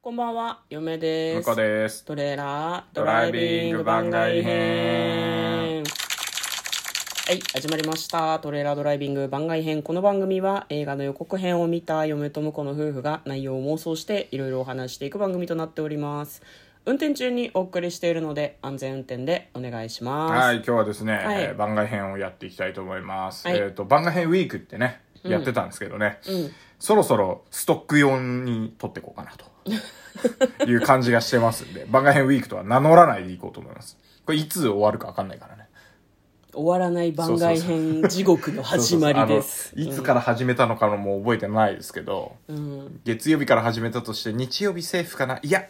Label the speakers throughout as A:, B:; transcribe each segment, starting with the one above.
A: こんばんは、嫁です。
B: 向こうです。
A: トレーラード
B: ドライビング番外編
A: はい始まりましたトレーラードライビング番外編この番組は映画の予告編を見た嫁と婿の夫婦が内容を妄想していろいろお話していく番組となっております運転中にお送りしているので安全運転でお願いします
B: はい、今日はですね、
A: い
B: えー番外編をやっていきたいと思います。
A: はい
B: えっ、と、番外編ウィークってね、やってたんですけどね、そろそろストック用に取っていこうかなという感じがしてますんで、番外編ウィークとは名乗らないでいこうと思います。これいつ終わるかわかんないからね。
A: 終わらない番外編地獄の始まりです
B: そうそうそうあのいつから始めたのかのもう覚えてないですけど、月曜日から始めたとして日曜日セーフかないや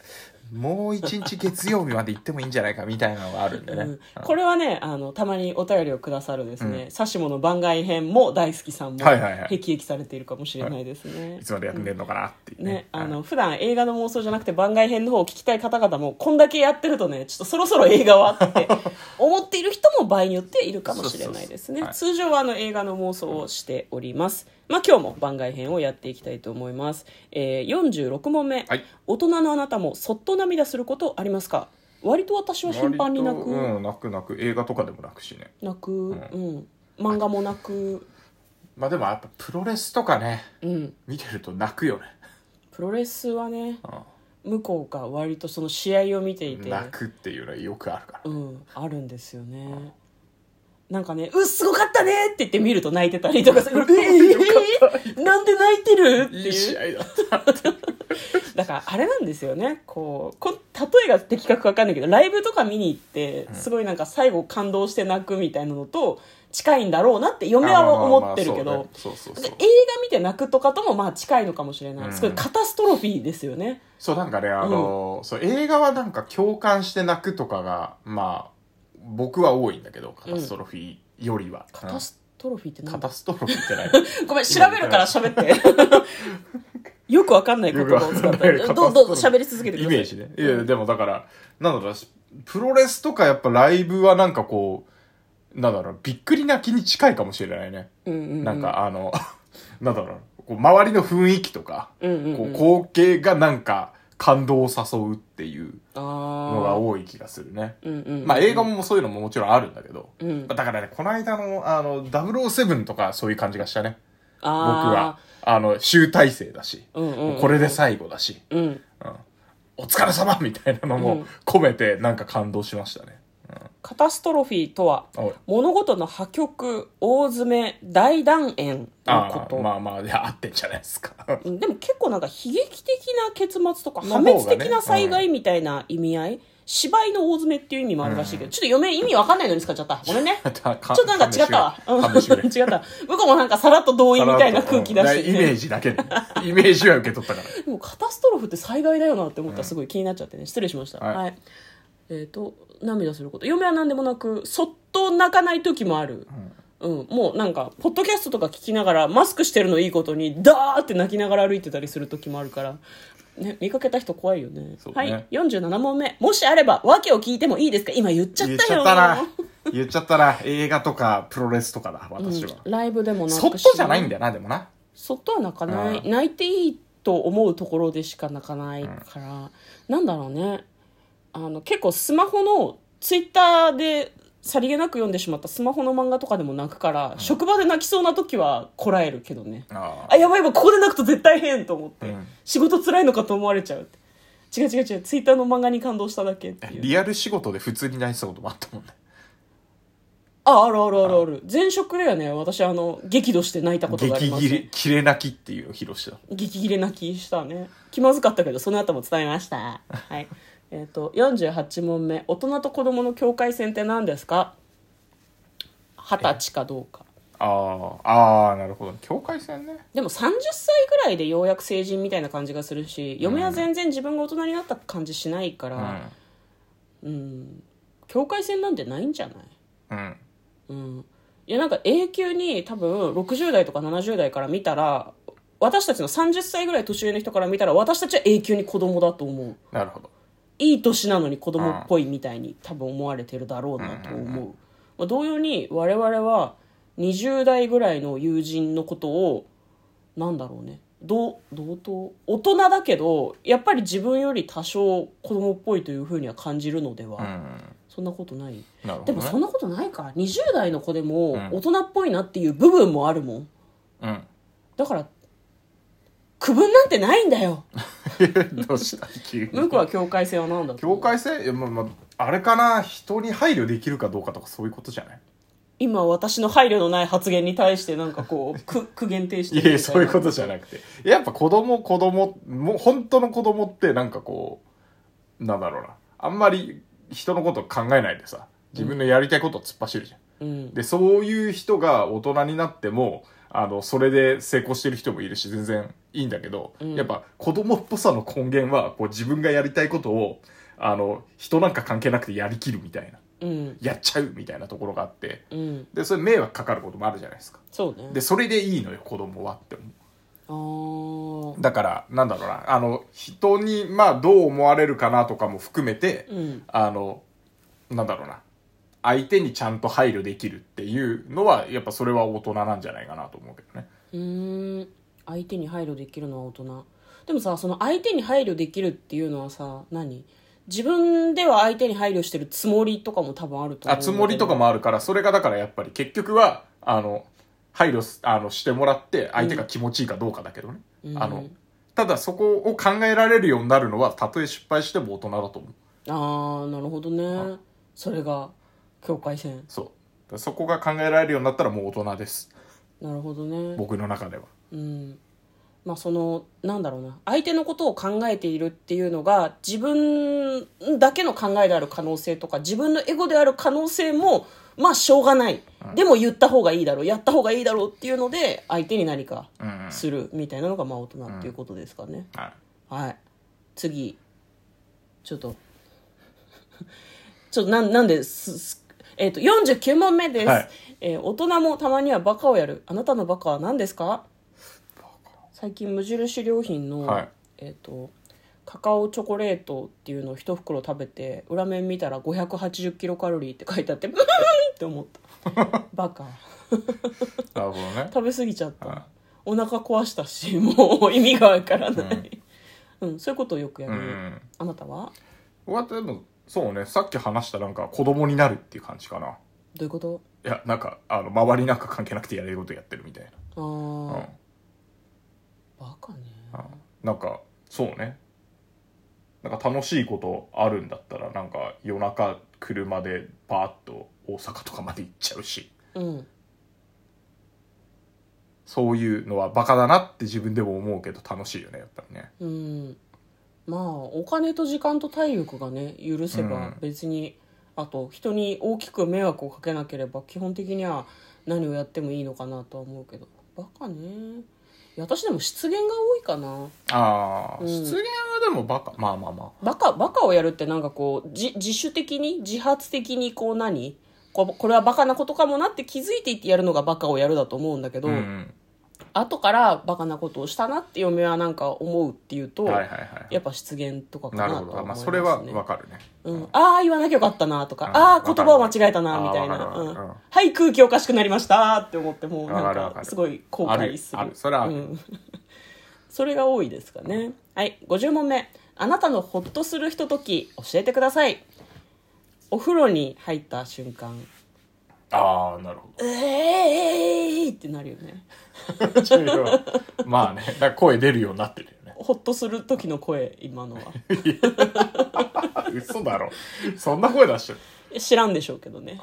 B: もう一日月曜日まで行ってもいいんじゃないかみたいなのがあるんでね、
A: うんこれはねあのたまにお便りをくださるですね、サシモの番外編も大好きさんも
B: はいはいはい
A: 辟易されているかもしれないですね、
B: いつまでやってんのかなっていうね,、
A: ね、あの普段映画の妄想じゃなくて番外編の方を聞きたい方々もこんだけやってるとねちょっとそろそろ映画はって 思っている人も場合によっているかもしれないですね
B: そうそう
A: 通常はあの映画の妄想をしております、まあ、今日も番外編をやっていきたいと思います、えー、46問目、
B: はい
A: 大人のあなたもそっと涙することありますか割と私は頻繁に泣く、
B: 割とうん泣く泣く映画とかでも泣くしね
A: 泣く、うん、漫画も泣く、
B: まあでもやっぱプロレスとかね
A: うん、
B: 見てると泣くよね、
A: プロレスはね
B: うん
A: 向こうが割とその試合を見ていて
B: 泣くっていうのはよくあるから、
A: うん、あるんですよね。なんかね、うっ、すごかったねって言って見ると泣いてたりと かする。ええ なんで泣いてるって
B: いい
A: い
B: 試
A: う。
B: 合だった
A: だからあれなんですよね。こう、こ例えが的確かわかんないけど、ライブとか見に行って、すごいなんか最後感動して泣くみたいなのと近いんだろうなって嫁は思ってるけ
B: あまあま
A: ど
B: あ、そうそうそう
A: で映画見て泣くとかともまあ近いのかもしれない。
B: うん
A: すごいカタストロフィーですよね。
B: そう、なんかね、あの、そう、映画はなんか共感して泣くとかが、まあ、僕は多いんだけど、カタストロフィーよりは。
A: カタストロフィーって
B: うん
A: 何
B: カ
A: だ
B: タストロフィーってない。
A: ごめん、調べるから喋って。 よくわかんない言葉を使った
B: よくわかんな
A: ど
B: いう
A: どうぞ喋り続けてくだ
B: イ
A: さい。
B: メージね。いや、でもだから、なんだろう、プロレスとかやっぱライブはなんかこう、なんだろう、びっくり泣きに近いかもしれないね。
A: うんうんうん
B: なんかあの、 なんだろう、こう周りの雰囲気とか、
A: うんうんうん
B: こう光景がなんか感動を誘うっていうのが
A: あ
B: 多い気がするね。
A: ーうんうんうん
B: まあ映画もそういうのももちろんあるんだけど、
A: うん
B: だからね、この間の、あの、007とかそういう感じがしたね。僕
A: あ。
B: はあの、集大成だし、
A: うんうんうん
B: もうこれで最後だし、
A: ーうん
B: うんお疲れ様みたいなの
A: うん
B: も込めてなんか感動しましたね。
A: カタストロフィーとは
B: おい
A: 物事の破局大詰め大断円のこ
B: ああ、
A: と、
B: まあまあ、いや合ってんじゃないですか。
A: うんでも結構なんか悲劇的な結末とか
B: の
A: 破
B: 方がね
A: 滅的な災害みたいな意味合い、芝居の大詰めっていう意味もあるらしいけど、ちょっと嫁意味わかんないのに使っちゃ ったごめんね
B: ちょっ
A: ちょっとなんか違ったわ。うん違
B: 噛み締め噛み締め
A: った。向こうもなんかさらっと同意みたいな空気出してて
B: イメージだけで。イメージは受け取ったから。
A: でもカタストロフって災害だよなって思ったらすごい気になっちゃってね。失礼しました。
B: はい
A: はい。えっ、と、涙すること。嫁は何でもなく、そっと泣かない時もある。うん、もうなんか、ポッドキャストとか聞きながら、マスクしてるのいいことに、ダーって泣きながら歩いてたりする時もあるから、ね、見かけた人怖いよね。
B: そう
A: は
B: ね
A: い。47問目。もしあれば、訳を聞いてもいいですか今言っちゃ
B: 言
A: っ
B: ったちゃ
A: よ。
B: ったな。言っちゃったな。映画とかプロレスとかだ、私は。
A: うんライブでもな
B: そっ
A: く
B: と
A: し
B: じゃないんだよな、でもな。
A: そっとは泣かない、
B: う
A: 泣いていいと思うところでしか泣かないから、なんだろうねあの結構スマホのツイッターでさりげなく読んでしまったスマホの漫画とかでも泣くから、職場で泣きそうな時はこらえるけどね
B: あ
A: あやばいやばいここで泣くと絶対変と思って、
B: うん
A: 仕事辛いのかと思われちゃうって違う違う違うツイッターの漫画に感動しただけって
B: あ
A: いう
B: リアル仕事で普通になりそうこともあったもんね。
A: ああるあるあるある前職ではね私あの激怒して泣いたことがあり
B: 激
A: ます
B: 切れ、切れ泣きっていうのを披露してた。
A: 激切れ泣きしたね気まずかったけどその後も伝えましたはい えっ、と48問目大人と子供の境界線って何ですか二十歳かどうか
B: ああ、ああ、なるほど。境界線ね。
A: でも30歳ぐらいでようやく成人みたいな感じがするし嫁は全然自分が大人になった感じしないか
B: う
A: ら
B: ん。
A: うん、境界線なんてないんじゃない
B: うん。
A: うんいやなんか永久に多分60代とか70代から見たら私たちの30歳ぐらい年上の人から見たら私たちは永久に子供だと思う
B: なるほど。
A: いい年なのに子供っぽいみたいに多分思われてるだろうなと思う、まあ、同様に我々は20代ぐらいの友人のことをなんだろうねど同等大人だけどやっぱり自分より多少子供っぽいというふうには感じるのでは、
B: うん。
A: そんなことない
B: なるほど、ね。
A: でもそんなことないか20代の子でも
B: うん
A: 大人っぽいなっていう部分もあるもん
B: う
A: だから区分なんてないんだ よ
B: ん。 どうした急
A: ム
B: に
A: ク。は境界線は何だと思う
B: 境界線いや、まあまあ、あれかな、人に配慮できるかどうかとかそういうことじゃない
A: 今私の配慮のない発言に対してなんか こうく苦言呈して
B: いやいや、そういうことじゃ
A: い
B: なくて。やっぱ子供、子供、もう本当の子供ってなんかこう、なんだろうな。あんまり人のこと考えないでさ、自分のやりたいことを突っ走るじゃ
A: う
B: ん。
A: ん
B: で、そういう人が大人になっても、あの、それで成功してる人もいるし、全然いいんだけど、
A: うん
B: やっぱ子供っぽさの根源は、こう自分がやりたいことを、あの、人なんか関係なくてやりきるみたいな。
A: うん
B: やっちゃうみたいなところがあって、
A: うん
B: で、それ迷惑かかることもあるじゃないですか。
A: そうね
B: で、それでいいのよ、子供はって思う。
A: あー
B: だから、なんだろうな、あの、人に、まあ、どう思われるかなとかも含めて、
A: うん
B: あの、なんだろうな、相手にちゃんと配慮できるっていうのは、やっぱそれは大人なんじゃないかなと思うけどね。
A: うーん相手に配慮できるのは大人でもさその相手に配慮できるっていうのはさ何自分では相手に配慮してるつもりとかも多分あると思
B: あ、
A: う
B: つもりとかもあるから、それがだからやっぱり結局は、あの、配慮すあのしてもらって、相手が気持ちいいかどうかだけどね。
A: うん
B: あの、ただそこを考えられるようになるのは、たとえ失敗しても大人だと思う。
A: ああなるほどねそれが境界線
B: そう。だからそこが考えられるようになったらもう大人です。
A: なるほどね
B: 僕の中では。
A: うんまあそのなんだろうな相手のことを考えているっていうのが自分だけの考えである可能性とか自分のエゴである可能性もまあしょうがない、でも言った方がいいだろうやった方がいいだろうっていうので相手に何か
B: うん、うん。
A: するみたいなのがまあ大人っていうことですかね、
B: はい。
A: はい次ちょっと ちょっとなんなんですすえっ、と49問目です、
B: はい
A: えー大人もたまにはバカをやるあなたのバカは何ですか最近無印良品の、
B: はい
A: えっ、とカカオチョコレートっていうのを一袋食べて裏面見たら580キロカロリーって書いてあって ブーンって思った バカ
B: なるほど ね。
A: 食べ過ぎちゃった、
B: はい
A: お腹壊したしもう意味がわからない、うんそういうことをよくや
B: う
A: る、
B: ん。
A: あなたは
B: 僕はでも、そうね、さっき話したなんか子供になるっていう感じかな。
A: どういうこと
B: いや、なんか、あの、周りなんか関係なくてやれることやってるみたい
A: あ
B: な。
A: ー、
B: うん。
A: バカね
B: うんなんか、そうね。なんか楽しいことあるんだったら、なんか夜中車でパーッと大阪とかまで行っちゃうし、
A: うん
B: そういうのはバカだなって自分でも思うけど楽しいよね、やっぱりね。
A: うんまあお金と時間と体力がね許せ
B: う
A: ば
B: ん
A: 別に、あと人に大きく迷惑をかけなければ基本的には何をやってもいいのかなとは思うけどバカねいや私でも失言が多いかな
B: ああ、
A: うん
B: 失言はでもバカ。まあまあま
A: バカバカをやるってなんかこうじ自主的に自発的にこう何こうこれはバカなことかもなって気づいていってやるのがバカをやるだと思うんだけ
B: あ。
A: ど、
B: うんうん。
A: 後からバカなことをしたなって嫁はなんか思うっていうと、
B: はいはいはい。
A: やっぱ失言とかか
B: な
A: な
B: る
A: と
B: ほ
A: は思い
B: ど。ま
A: ま
B: あ
A: す、ね、
B: それはわかるね。
A: うん、ああ言わなきゃよかったなとか、
B: うん
A: ああ
B: わかる
A: 言葉を間違えたなみたい
B: あー
A: な、
B: わかる
A: う
B: わ
A: ん
B: かるうん
A: はい空気おかしくなりましたって思ってもうな
B: わか
A: ん
B: るわか
A: か
B: る
A: すごい後悔する
B: あるあるそれはある
A: うん、それが多いですかね、はい50問目あなたのホッとするひととき教えてくださいお風呂に入った瞬間
B: ああ、なるほど。
A: うえーいってなるよね
B: それはまあね、だから声出るようになってるよね。
A: ホッとする時の声今のは
B: 嘘だろ。そんな声出してる。
A: 知らんでしょうけどね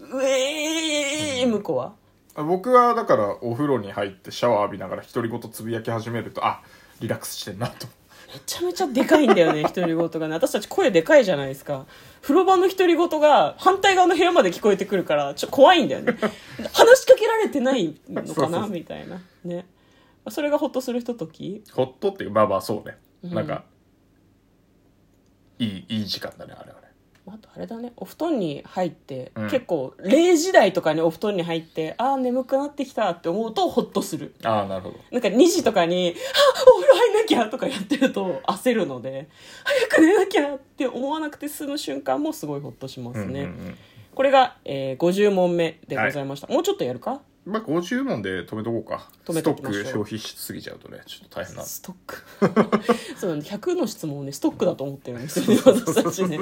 A: うえーい向こうは
B: 僕はだからお風呂に入ってシャワー浴びながら独り言つぶやき始めると、あ、リラックスしてんなと。
A: めちゃめちゃでかいんだ よね独り言がね私たち声でかいじゃないですか風呂場の独り言が反対側の部屋まで聞こえてくるからちょっと怖いんだよね 話しかけられてないの
B: そう
A: か
B: そうそ
A: な
B: う
A: みたいなねそれがホッとするひととき
B: ほっとっていう、まあまあそうね。なんか、いい、いい時間だね、あれはね。
A: あとあれだねお布団に入って、
B: うん
A: 結構0時台とかにお布団に入ってああ眠くなってきたって思うとホッとする
B: ああ、なるほど。
A: なんか2時とかに「あお風呂入んなきゃ!」とかやってると焦るので早く寝なきゃって思わなくて済む瞬間もすごいホッとしますね、
B: うんうんうん
A: これが、えー50問目でございました、もうちょっとやるか
B: まあ、50問で止めとこうか。
A: 止め
B: ス
A: と
B: ト
A: き
B: ッ
A: ましょう
B: ク消費しすぎちゃうとね、ちょっと大変なんで
A: ストック そうなんで100の質問をねストックだと思ってるんですよね 私たちね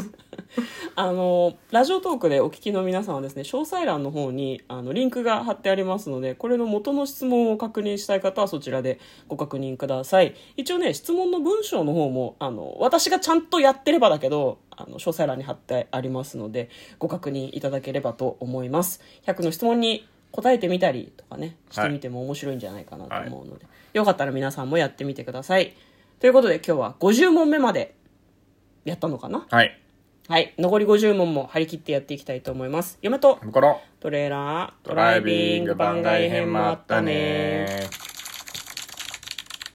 A: あのラジオトークでお聞きの皆さんはですね詳細欄の方にあのリンクが貼ってありますのでこれの元の質問を確認したい方はそちらでご確認ください一応ね質問の文章の方もあの私がちゃんとやってればだけどあの詳細欄に貼ってありますのでご確認いただければと思います100の質問に答えてみたりとかねしてみても面白いんじゃないかなと思うので、よかったら皆さんもやってみてくださいということで今日は50問目までやったのかな
B: はい。
A: はい残り50問も張り切ってやっていきたいと思います嫁と
B: これから、
A: トレーラード
B: ドライビング番外編もあったね